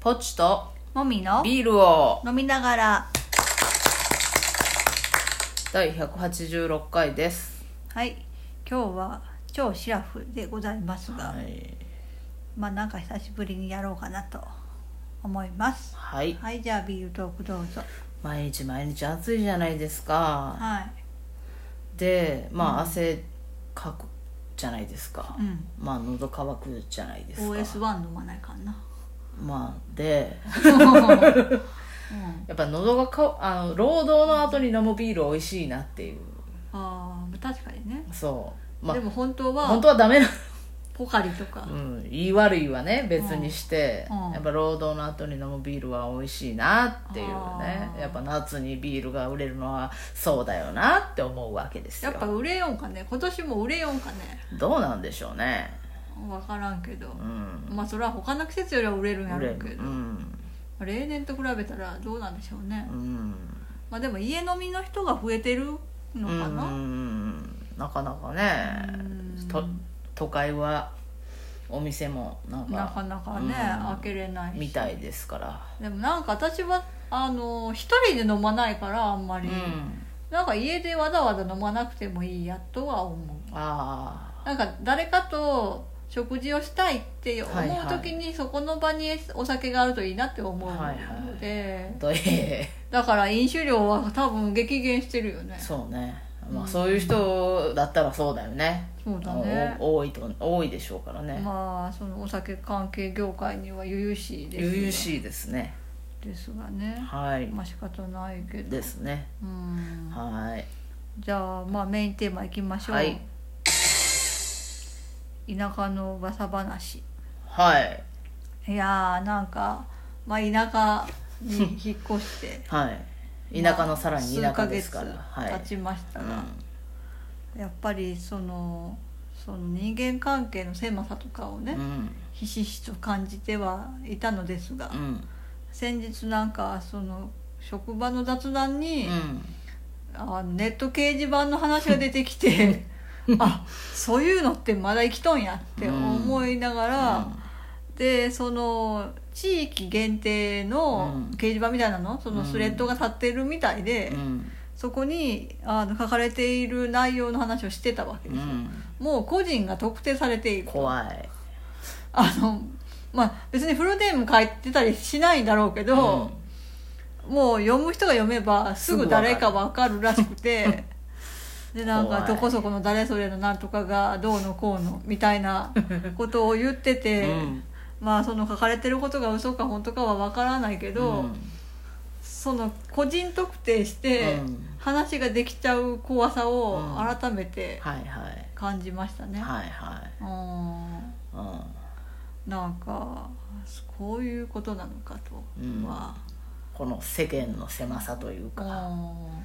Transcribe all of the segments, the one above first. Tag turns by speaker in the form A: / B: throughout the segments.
A: ポチと
B: もみの
A: ビールを
B: 飲みながら
A: 第186回です、
B: はい今日は超シラフでございますが、
A: はい、
B: まあなんか久しぶりにやろうかなと思います
A: はい
B: はいじゃあビールトークどうぞ
A: 毎日毎日暑いじゃないですか
B: はい
A: でまあ汗かくじゃないですか、
B: うん
A: まあ喉乾くじゃないですか
B: OS1 飲まないかんな
A: まあで
B: うん
A: やっぱ喉がかあの労働の後に飲むビール美味しいなっていう
B: あー確かにね、
A: そうま
B: でも本当
A: あ
B: は
A: 本当はダメな
B: ポカリとか、
A: うん、言い悪いはね別にして、
B: うんうん
A: やっぱ労働の後に飲むビールは美味しいなっていうね
B: あー
A: やっぱ夏にビールが売れるのはそうだよなって思うわけです
B: や
A: よ
B: っぱ売れよんかね今年も売れよんかね
A: どうなんでしょうね
B: 分からんけど、
A: うん
B: まあそれは他の季節よりは売れるんや
A: 売れ
B: ろ
A: る
B: うけど、
A: うん
B: 例年と比べたらどうなんでしょうね、
A: うん
B: まあでも家飲みの人が増えてるの
A: う
B: かな、
A: んなかなかね
B: うん
A: と都会はお店もなんか
B: なかなかね、
A: うん
B: 開けれないし
A: みたいですから
B: でもなんか私はあの一人で飲まないからあんま
A: う
B: り、
A: ん
B: なんか家でわざわざ飲まなくてもいいやとは思う
A: ああ
B: なんか誰かと食事をしたいって思
A: はいはいう
B: 時にそこの場にお酒があるといいなって思うので、
A: はいはいとえ
B: だから飲酒量は多分激減してるよね
A: そうね、ま
B: う
A: あ、
B: ん
A: そういう人だったらそうだよね,
B: そう
A: お、
B: だね
A: 多いと多いでしょうからね、
B: まあそのお酒関係業界には由々しいです
A: 悠々しいですね
B: ですがね
A: はい
B: まあ仕方ないけど
A: ですね
B: うん
A: はい
B: じゃあまあメインテーマいきましょう、
A: はい
B: 田舎の噂話
A: はい
B: いやーなんか、まあ、田舎に引っ越して
A: はい 田舎のさらに田舎ですから、
B: まあ数ヶ
A: は
B: 月
A: い
B: 経、ちました
A: う
B: が、
A: ん、
B: やっぱりそのその人間関係の狭さとかをね、
A: うん
B: ひしひしと感じてはいたのですが、
A: うん
B: 先日なんかその職場の雑談に、
A: うん
B: あネット掲示板の話が出てきてあそういうのってまだ生きとんやって思いながら、でその地域限定
A: う
B: の
A: ん
B: 掲示板みたいなのそのスレッドが立ってるみたいで、
A: うん
B: そこにあの書かれている内容の話をしてたわけ
A: う
B: ですよ、
A: ん
B: もう個人が特定されている
A: 怖い
B: あのまあ別にフルネーム書いてたりしないんだろうけど、
A: うん
B: もう読む人が読めばすぐ誰かわかるらしくて でなんか
A: 怖い
B: どこそこの誰それのなんとかがどうのこうのみたいなことを言って て、
A: うん
B: まあその書かれてることが嘘か本当かはわからないけど、
A: うん
B: その個人特定して
A: うん
B: 話ができちゃう怖さ
A: う
B: を
A: ん
B: 改めて
A: はいはい
B: 感じましたね。
A: はいはい
B: うん
A: うん
B: なんかこういうことなのかと
A: うん
B: は、
A: この世間の狭さという
B: う
A: か
B: ん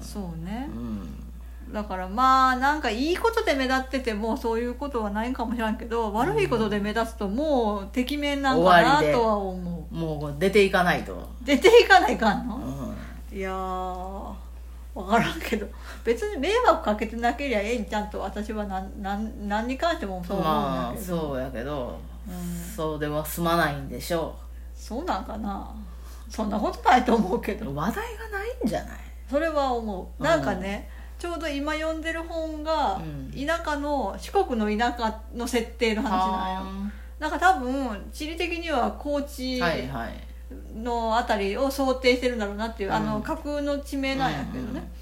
B: そうね
A: う、ん
B: だからまあなんかいいことで目立っててもそういうことはないんかもしらんけど悪いことで目立つともうてきめんなんか
A: 終わ
B: な
A: りで
B: とは思
A: もう出ていかないと
B: う出ていかないかん
A: う
B: の、
A: ん
B: いやー分からんけど 別に迷惑かけてなけりゃええんちゃんと私はなんなん何に関してもそう思うんだ
A: まあ
B: けど、
A: そうやけど、
B: うん
A: そうでは済まないんでしょ
B: そうなんかなそんなことないと思うけど
A: う話題がないんじゃない
B: それは思
A: う
B: うんなんかね、ちょうど今読んでる本が
A: うん
B: 田舎の四国の田舎の設定の話なんよなんか多分地理的には高知
A: はいはい
B: のあたりを想定してるんだろうなっていう、
A: うん
B: あの架空の地名なんやけどね、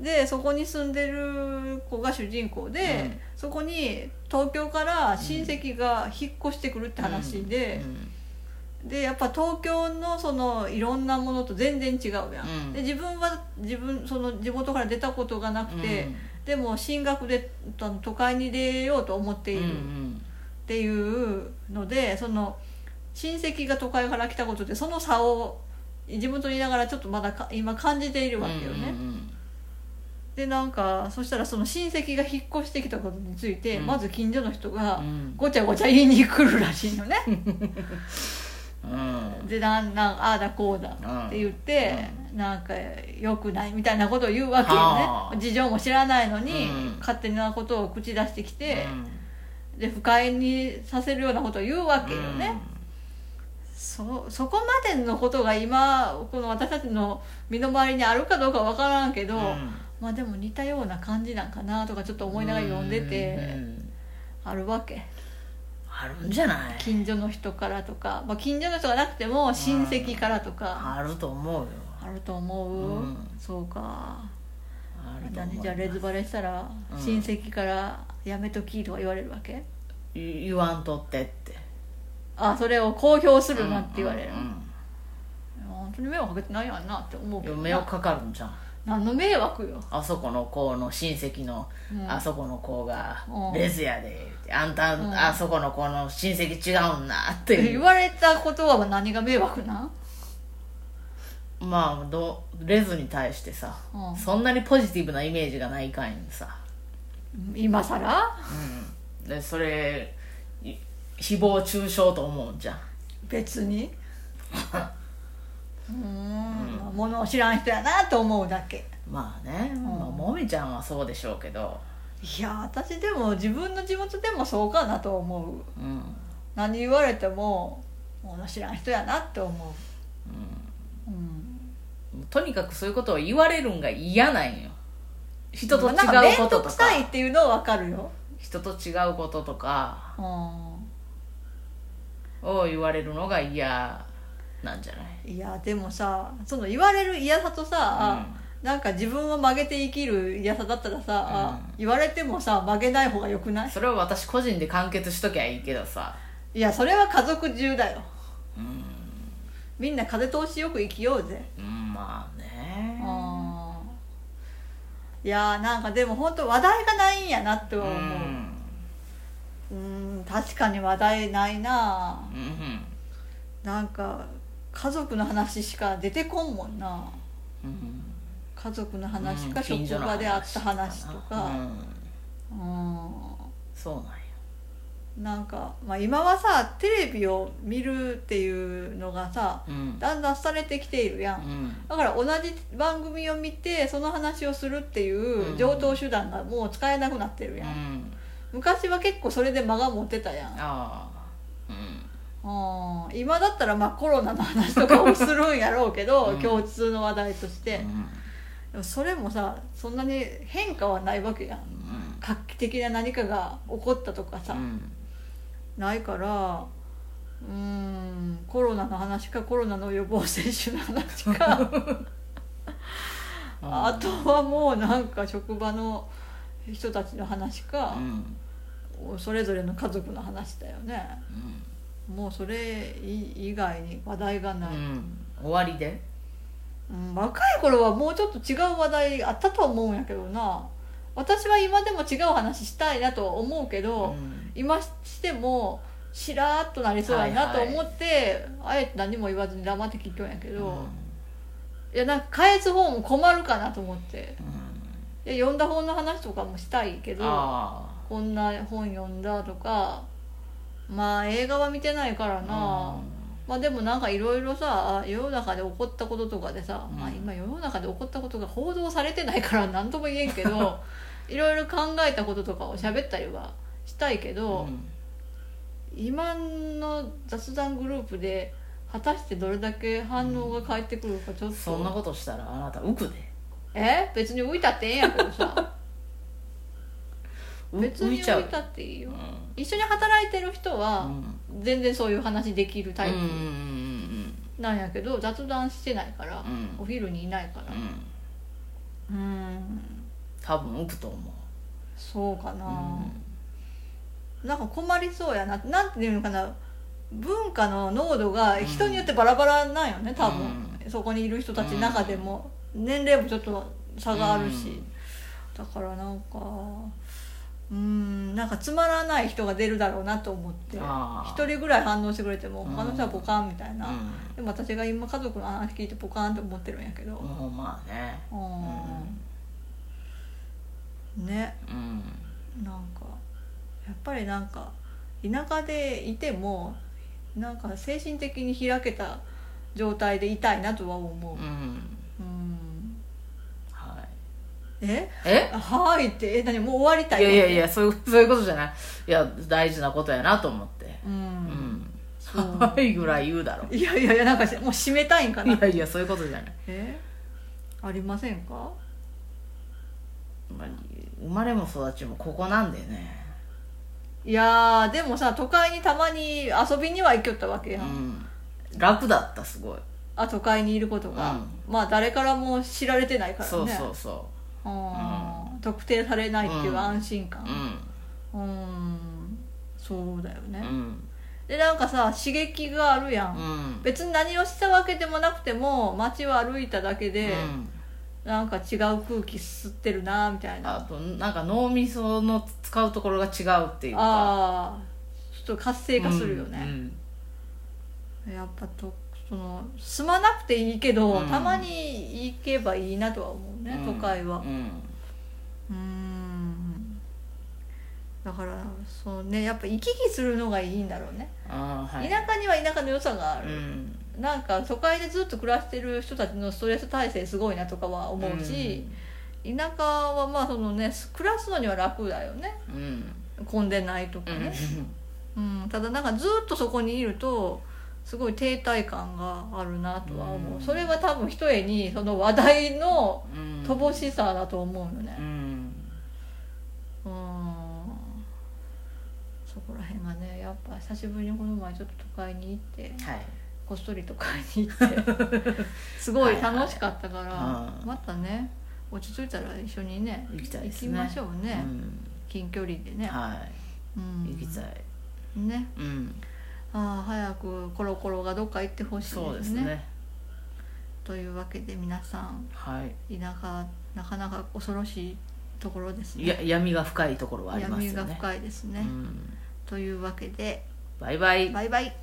B: でそこに住んでる子が主人公で、
A: うん
B: そこに東京から親戚が引っ越してくるって話で、でやっぱ東京のそのいろんなものと全然違うやん、
A: うん
B: で自分は自分その地元から出たことがなくて、でも進学であの都会に出ようと思って
A: う
B: い
A: ん
B: るっていうのでその親戚が都会から来たことでその差を地元にいながらちょっとまだか今感じている
A: うん
B: わけよね、
A: うん
B: でなんかそしたらその親戚が引っ越してきたことについて、
A: うん
B: まず近所の人
A: う
B: が
A: ん
B: ごちゃごちゃ言いに来るらしいのね
A: うんうん
B: でなんなんああだこうだって言って、なんか良くないみたいなことを言うわけ
A: は
B: よ
A: あ
B: ね事情も知らないのに、
A: うん
B: 勝手なことを口出してきて、で不快にさせるようなことを言うわけよね、そそこまでのことが今この私たちの身の回りにあるかどうかわからんけど、
A: うん
B: まあでも似たような感じなんかなとかちょっと思いながら読んでて、
A: うん
B: あるわけ
A: あるんじゃない
B: 近所の人からとか、まあ、近所の人がなくても親戚からとか
A: あると思うよ
B: あると思う、
A: うん
B: そうか
A: あ
B: ま
A: ると
B: たね
A: 思う
B: じゃあレズバレしたら
A: うん
B: 親戚から「やめとき」とか言われるわけ、
A: い言わんとってって
B: あそれを公表するなって言われる、
A: うんうん
B: 本当に迷惑かけてないやんなって思う
A: うん
B: けどな
A: 嫁をかかるんじゃん
B: 何の迷惑よ、
A: あそこの子の親戚の
B: うん
A: あそこの子が
B: うん
A: レズやでってあんた、
B: うん
A: あそこの子の親戚違うんだっていう
B: 言われたことは何が迷惑なん、
A: まあどうレズに対してさ、
B: うん
A: そんなにポジティブなイメージがないかいんさ、
B: 今さら
A: うん、でそれい誹謗中傷と思うんじゃん
B: 別 にうーん物を知らん人やなと思うだけ
A: まあね、まあ、もみちゃんはそうでしょうけど、
B: いや私でも自分の地元でもそうかなと思う
A: うんうん、
B: 何言われても物知らん人やなって思う、うん、
A: とにかくそういうことを言われるんが嫌なんよ人と違う
B: なんか面
A: こと
B: 倒
A: と
B: く
A: か
B: さいっていうのは分かるよ、
A: 人と違うこととか
B: う
A: を言われるのが嫌なんじゃない
B: ん、いやでもさその言われる嫌さとさ、なんか自分を曲げて生きる嫌さだったらさ、
A: うん
B: 言われてもさ曲げない方がよくな
A: うん
B: い
A: それは私個人で完結しときゃいいけどさ、
B: いやそれは家族中だよ
A: うん、
B: みんな風通しよく生きようぜ
A: うんまあね
B: うんいやーなんかでも本当話題がないんやなって
A: う
B: 思ううん
A: ん
B: ん確かに話題ないな
A: うん
B: なんか家族の話しか出てこんもんな
A: うん
B: 家族の話か職場であった話と
A: う
B: か
A: ん
B: う
A: そうなんや
B: んなんか、まあ、今はさテレビを見るっていうのがさ
A: うん
B: だんだん廃れてきているやん
A: うん
B: だから同じ番組を見てその話をするっていう上等手段がもう使えなくなってる
A: う
B: やん、
A: ん
B: 昔は結構それで間が持てたやん
A: ああうん
B: うん今だったらまあコロナの話とかをするんやろうけど、
A: うん
B: 共通の話題として
A: う、ん
B: でもそれもさそんなに変化はないわけやん
A: うん
B: 画期的な何かが起こったとかさ、
A: うん
B: ないからうーんコロナの話かコロナの予防接種の話かあとはもうなんか職場の人たちの話か
A: う、ん
B: それぞれの家族の話だよね
A: うん
B: もうそれ以外に話題が
A: う
B: ない、
A: ん終わりで
B: うん若い頃はもうちょっと違う話題あったとは思うんやけどな私は今でも違う話したいなとは思うけど、
A: うん
B: 今してもしらーっとなりそうやなと思って、あえて何も言わずに黙って聞いとんやけど、いやなんか返す方も困るかなと思って
A: うん
B: いや読んだ本の話とかもしたいけど
A: あ
B: こんな本読んだとかまあ映画は見てないから
A: あ
B: な、まあでもなんかいろいろさ世の中で起こったこととかでさ、
A: うん
B: まあ今世の中で起こったことが報道されてないから何とも言えんけど いろいろ考えたこととかを喋ったりはしたいけ
A: う
B: ど、
A: ん
B: 今の雑談グループで果たしてどれだけ反応が返ってくるかちょっと、
A: そんなことしたらあなた浮くで
B: え別に浮いたってええんやけどさ
A: う
B: 別
A: 浮
B: に
A: いちゃ
B: 浮
A: う
B: いたっていいうよ
A: ん
B: 一緒に働いてる人
A: う
B: は
A: ん
B: 全然そういう話できるタイ
A: うんうん
B: プなんやけど雑談してないから、
A: うん
B: お昼にいないから
A: うんうん
B: うーん
A: 多分浮くと思う
B: そうかな、
A: うん
B: なんか困りそうやななんていうのかな文化の濃度が人によってバラバラなんよね多分、そこにいる人たちの中でも、年齢もちょっと差があるし、
A: うん
B: だからなんかうんなんかつまらない人が出るだろうなと思って
A: あー
B: 一人ぐらい反応してくれても
A: うん
B: 他の人はポカンみたいな、
A: うん
B: でも私が今家族の話聞いてポカンって思ってるんやけど、
A: もうまあね
B: うん、ね
A: うん
B: なんかやっぱりなんか田舎でいてもなんか精神的に開けた状態でいたいなとは思
A: うん
B: う、うん、
A: はい
B: え
A: え
B: はーいってえ何もう終わりたい
A: い
B: の
A: やいやいやそういうそういうことじゃないいや大事なことやなと思って
B: うん、
A: うんはいぐらい言うだろ
B: いやいやいやなんかしもう閉めたいんか
A: い
B: な
A: やいやそういうことじゃない
B: えありませんか
A: まあ生まれも育ちもここなんでね
B: いやーでもさ都会にたまに遊びには行きよったわけ
A: う
B: やん、
A: ん楽だったすごい
B: あ都会にいることが、
A: う
B: まあ誰からも知られてないからね
A: そうそうそ
B: あー特定されないっていう安心感
A: うう
B: うんんそうだよね、
A: んうん
B: でなんかさ刺激があるやん、
A: うん
B: 別に何をしたわけでもなくても街を歩いただけで、
A: うん
B: なんか違う空気吸ってるなみたいな
A: あとなんか脳みその使うところが違うっていうか
B: ああちょっと活性化するよね、やっぱとその住まなくていいけど、
A: うん
B: たまに行けばいいなとは思う
A: うん
B: ね、
A: うん
B: 都会は
A: うん
B: うーんだからそうねやっぱ行き来するのがいいんだろうね、
A: あーはい
B: 田舎には田舎の良さがあ
A: う
B: る、
A: ん
B: なんか都会でずっと暮らしてる人たちのストレス耐性すごいなとかは思うし、田舎はまあそのね暮らすのには楽だよね
A: うん
B: 混んでないとか
A: うん
B: ね、うん、ただなんかずっとそこにいるとすごい停滞感があるなとは思う、
A: うん
B: それは多分一重にその話題の
A: うん
B: 乏しさだと思うよ
A: う
B: ね
A: ん
B: うんそこら辺がねやっぱ久しぶりにこの前ちょっと都会に行って
A: はい
B: こっそり都会に行ってすごい楽しかったから、
A: はいはいうん
B: またね落ち着いたら一緒にね
A: 行きたい
B: 行
A: です
B: き
A: ね
B: ましょうね、
A: うん
B: 近距離でね、
A: は
B: う
A: い
B: ん
A: 行きたい
B: ね
A: うん
B: ああ早くコロコロがどっか行ってほしい
A: そうですね
B: というわけで皆さん
A: はい
B: 田舎なかなか恐ろしいところですね
A: や闇が深いところはありますよね
B: 闇が深いですね、
A: うん
B: というわけで
A: バイバイ
B: バイバイ